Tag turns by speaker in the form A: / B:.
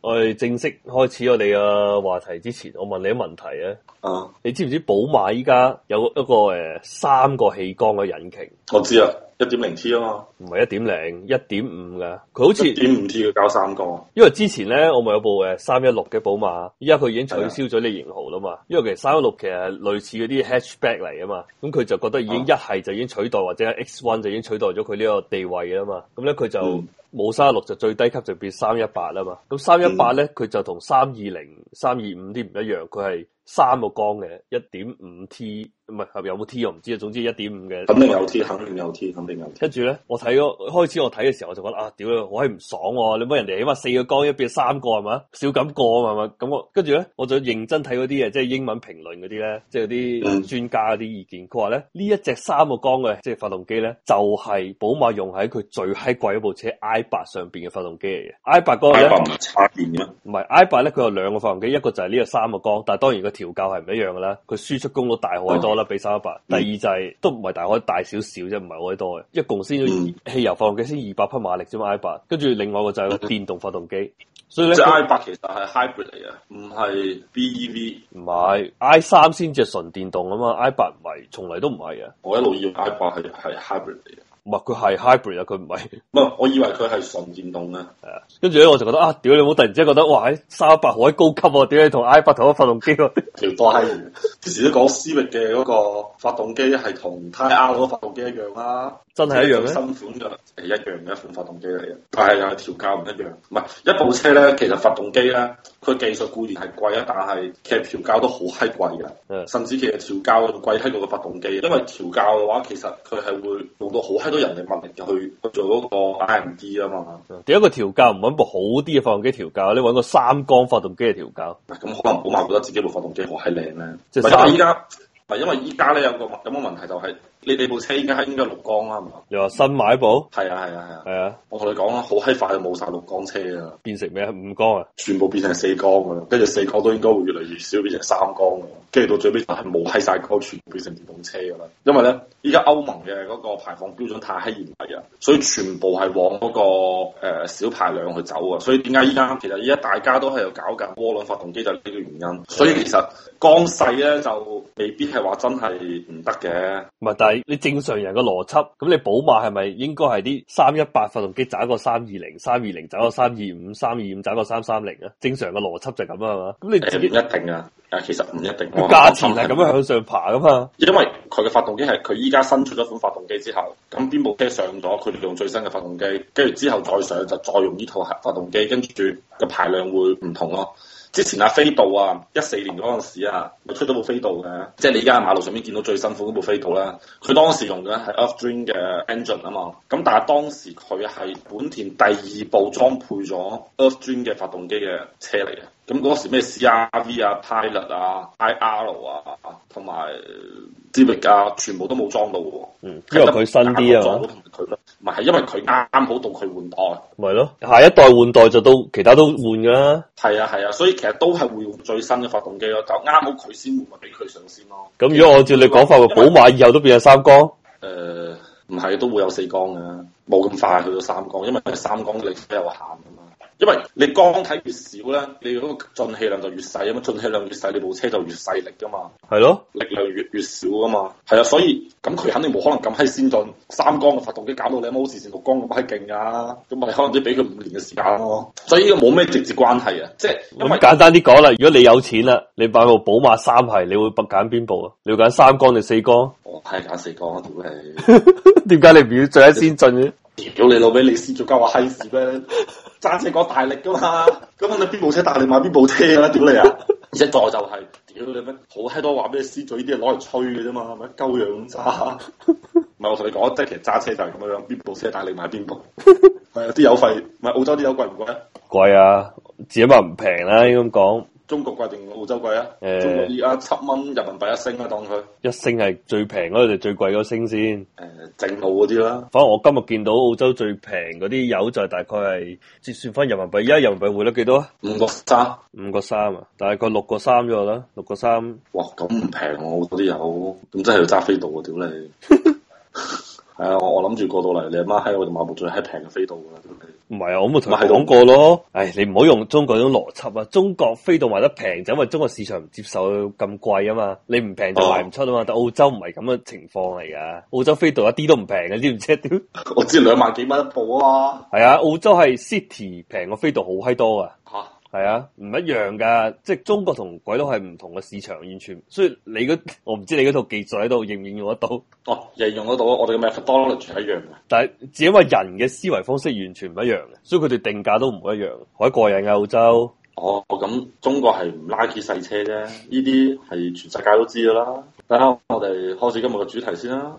A: 我哋正式開始我哋嘅話題之前，我問你一問題啊，
B: 啊，
A: 你知唔知寶馬依家有一個誒三個氣缸嘅引擎，
B: 我知啊，一點零 T 啊嘛，
A: 唔係一點零、一點五㗎，佢好似
B: 一點五 T 要交三個，
A: 因為之前咧，我咪有部誒三一六嘅寶馬，依家佢已經取
B: 啊
A: 消咗呢型號啦嘛。因為其實三一六其實係類似嗰啲 hatchback 嚟啊嘛，咁佢就覺得已經
B: 啊
A: 一係就已經取代或者 X One 就已經取代咗佢呢個地位啊嘛。咁咧佢就
B: 嗯
A: 冇三一六就最低級就變三一八啦嘛。咁三一八
B: 嗯
A: 咧佢就同三二零、三二五啲唔一樣，佢係三個缸嘅，一點五 T 唔係係咪有冇 T 我唔知啊，總之一點五嘅。
B: 肯定有 T，肯定有 T，肯定有 T。
A: 跟住咧，我睇咗開始我睇嘅時候，我就覺得啊，屌你，我係唔爽喎、你乜人哋起碼四個缸，一變三個係嘛，少咁個啊嘛，係嘛咁我跟住咧，我就認真睇嗰啲嘢，即係英文評論嗰啲咧，即係
B: 嗯
A: 啲專家嗰啲意見，佢話咧呢一隻三個缸嘅即係發動機咧，就係、寶馬用喺佢最閪貴嗰部車 I 八上邊嘅發動機嚟嘅，I 八嗰個
B: 大
A: 咧
B: 白。唔係插電嘅咩？
A: 唔係 I 八咧，佢有兩個發動機，一個就係呢個三個缸，但係當然個調教係唔一樣噶啦。佢輸出功率大好多啦，比三一八。第
B: 嗯
A: 二就係、都唔係大開大少少啫，唔係好閪多嘅。一共先
B: 嗯
A: 汽油發動機先二百匹馬力啫嘛，I 八。跟住另外個就係個電動發動機，所以咧
B: 嗯即係
A: 佢
B: I 八其實係 hybrid 嚟嘅，唔係 E BEV。
A: 唔係 I 三先至係純電動啊嘛，I 八唔係，從嚟都唔係嘅。啊
B: 我一路以為 I 八係係 hybrid 嚟嘅，
A: 唔係佢係 hybrid 啊，佢唔係。
B: 唔係我以為佢係純電動嘅。
A: 跟住咧我就覺得啊，屌你冇突然之間覺得哇，三一八好閪高級喎，屌你同 I 八同一發動機喎。
B: 條多閪 遠。之前都講思域嘅嗰個發動機係同 Type R 嗰個發動機一樣啦，
A: 真係一樣咩
B: 新款嘅係一樣嘅一款發動機嚟嘅，但係又係調校唔一樣。唔係一部車咧，其實發動機咧，佢技術固然係貴啊，但係其實調校都好閪貴
A: 嗯
B: 嘅，甚至其實調校貴閪過個發動機，因為調校嘅話，其實佢係會用到好閪多人力物力去去做嗰個 R&D 啊嘛。
A: 點解嗯個調教唔揾部好啲嘅發動機調教？你揾個三缸發動機嘅調教？
B: 咁可能寶馬覺得自己部發動機好閪靚咧，
A: 即
B: 即
A: 係
B: 係因
A: 三
B: 為依家，唔係因為依家咧有個有個問題就係、你哋部車依家係應該六缸啦，係嘛？
A: 你話新買部？
B: 係啊係啊係啊！
A: 係啊，
B: 我同你講啦，好閪快就冇晒六缸車啊，
A: 變成咩啊？五缸啊？
B: 全部變成四缸噶啦，跟住四缸都應該會越嚟越少，變成三缸㗎啦。跟住到最尾就係冇閪晒缸，全部變成電動車噶啦。因為咧，依家歐盟嘅嗰個排放標準太閪嚴厲啊，所以全部係往嗰、個、呃、小排量去走啊。所以點解依家其實依家大家都係有搞緊渦輪發動機就係呢個原因。所以其實缸細咧就未必係話真係唔得嘅。
A: 唔係，但係你正常人嘅邏輯，咁你寶馬係咪應該係啲三一八發動機找一個三二零，三二零找個三二五，三二五找個三三零啊？正常嘅邏輯就係咁啊嘛。咁你
B: 誒
A: 自
B: 唔
A: 己
B: 一定啊，誒其實唔一定。
A: 個價錢啊係咁樣向上爬噶嘛？
B: 因為佢嘅發動機係佢依家新出咗款發動機之後，咁邊部車上咗，佢哋用最新嘅發動機，跟住之後再上就再用呢套發動機，跟住個排量會唔同咯。之前阿飛度啊，一四年嗰陣時啊，咪出咗部飛度嘅，即係你而家喺馬路上面見到最辛苦嗰部飛度啦。佢當時用嘅係 Earth Dream 嘅 engine 啊嘛，咁但係當時佢係本田第二部裝配咗 Earth Dream 嘅發動機嘅車嚟嘅。咁嗰時咩 CRV 啊、Pilot 啊、IR 啊，同埋思域啊，全部都冇裝到嘅喎。
A: 嗯，因為佢新啲啊
B: 裝到
A: 嘛，
B: 同埋佢咯，唔係係因為佢啱啱好到佢換代。
A: 咪咯，下一代換代就到其他都換噶啦。
B: 係啊係啊，所以其實都係會用最新嘅發動機咯，就啱好佢先換咪俾佢上先咯。
A: 咁如果按照你講法，寶馬以後都變咗三缸？
B: 誒唔係都會有四缸嘅，冇咁快去到三缸，因為三缸你都有限㗎嘛。因為你缸體越少咧，你嗰個進氣量就越細啊嘛，進氣量越細，你部車就越細力噶嘛，
A: 係咯，
B: 力量越越少噶嘛。係啊，所以咁佢肯定冇可能咁閪先進，三缸嘅發動機搞到你冇似前六缸咁閪勁啊，咁咪可能都俾佢五年嘅時間咯。所以呢個冇咩直接關係啊，即係因為
A: 咁簡單啲講啦，如果你有錢啦，你買部寶馬三系，你會揀邊部啊？你會揀三缸定四缸？
B: 我哦係揀四缸，啊屌 你！
A: 點解你唔要最先進嘅？
B: 屌你老味，你先做交話閪事咩？揸車講大力噶嘛，咁你邊部車大力買邊部車啦，屌你啊！一再就係、屌你咩，好閪多話咩私嘴呢啲嘢攞嚟吹嘅啫嘛，係咪鳩樣咁揸？唔係我同你講，即係其實揸車就係咁樣，邊部車大力買邊部。係啊，啲油費，唔係澳洲啲油貴唔貴啊？
A: 貴啊，自己買唔平啦，應該咁講，
B: 中國貴定澳洲貴啊？
A: 誒
B: 中國而家七蚊人民幣一升啊，當佢誒、
A: 一升係最平嗰度就最貴嗰升先。
B: 正路嗰啲啦。
A: 反正我今日見到澳洲最平嗰啲油就係大概係折算翻人民幣，而家人民幣匯率幾多啊？
B: 五個三，
A: 五個三啊，大概六個三咗啦，六個三。
B: 哇咁唔平喎，澳洲啲油，咁真係要揸飛度啊！屌你！係啊，我我諗住過到嚟，你阿媽喺我哋馬部最閪平嘅飛度㗎啦。
A: 唔係啊，我咪同
B: 咪
A: 你
B: 係咯
A: 講過咯。唉，你唔好用中國嗰種邏輯啊！中國飛到賣得平就因為中國市場唔接受咁貴啊嘛，你唔平就
B: 哦
A: 賣唔出啊嘛。但澳洲唔係咁嘅情況嚟噶，澳洲飛到一啲都唔平嘅，知唔知啊？ 屌
B: 我知兩萬幾蚊一部啊
A: 係啊，澳洲係 city 平過飛到好閪多啊！
B: 嘛，嚇！
A: 係啊，唔一樣噶，即係中國同鬼佬係唔同嘅市場，完全。所以你嗰我唔知你嗰套技術喺度應唔應用得到，
B: 哦，應用得到，我哋嘅 methodology 係一樣嘅。
A: 但係只因為人嘅思維方式完全唔一樣嘅，所以佢哋定價都唔會一樣。海過癮嘅澳洲。
B: 哦，咁中國係唔拉起細車啫，呢啲係全世界都知噶啦。睇下我哋開始今日嘅主題先啦。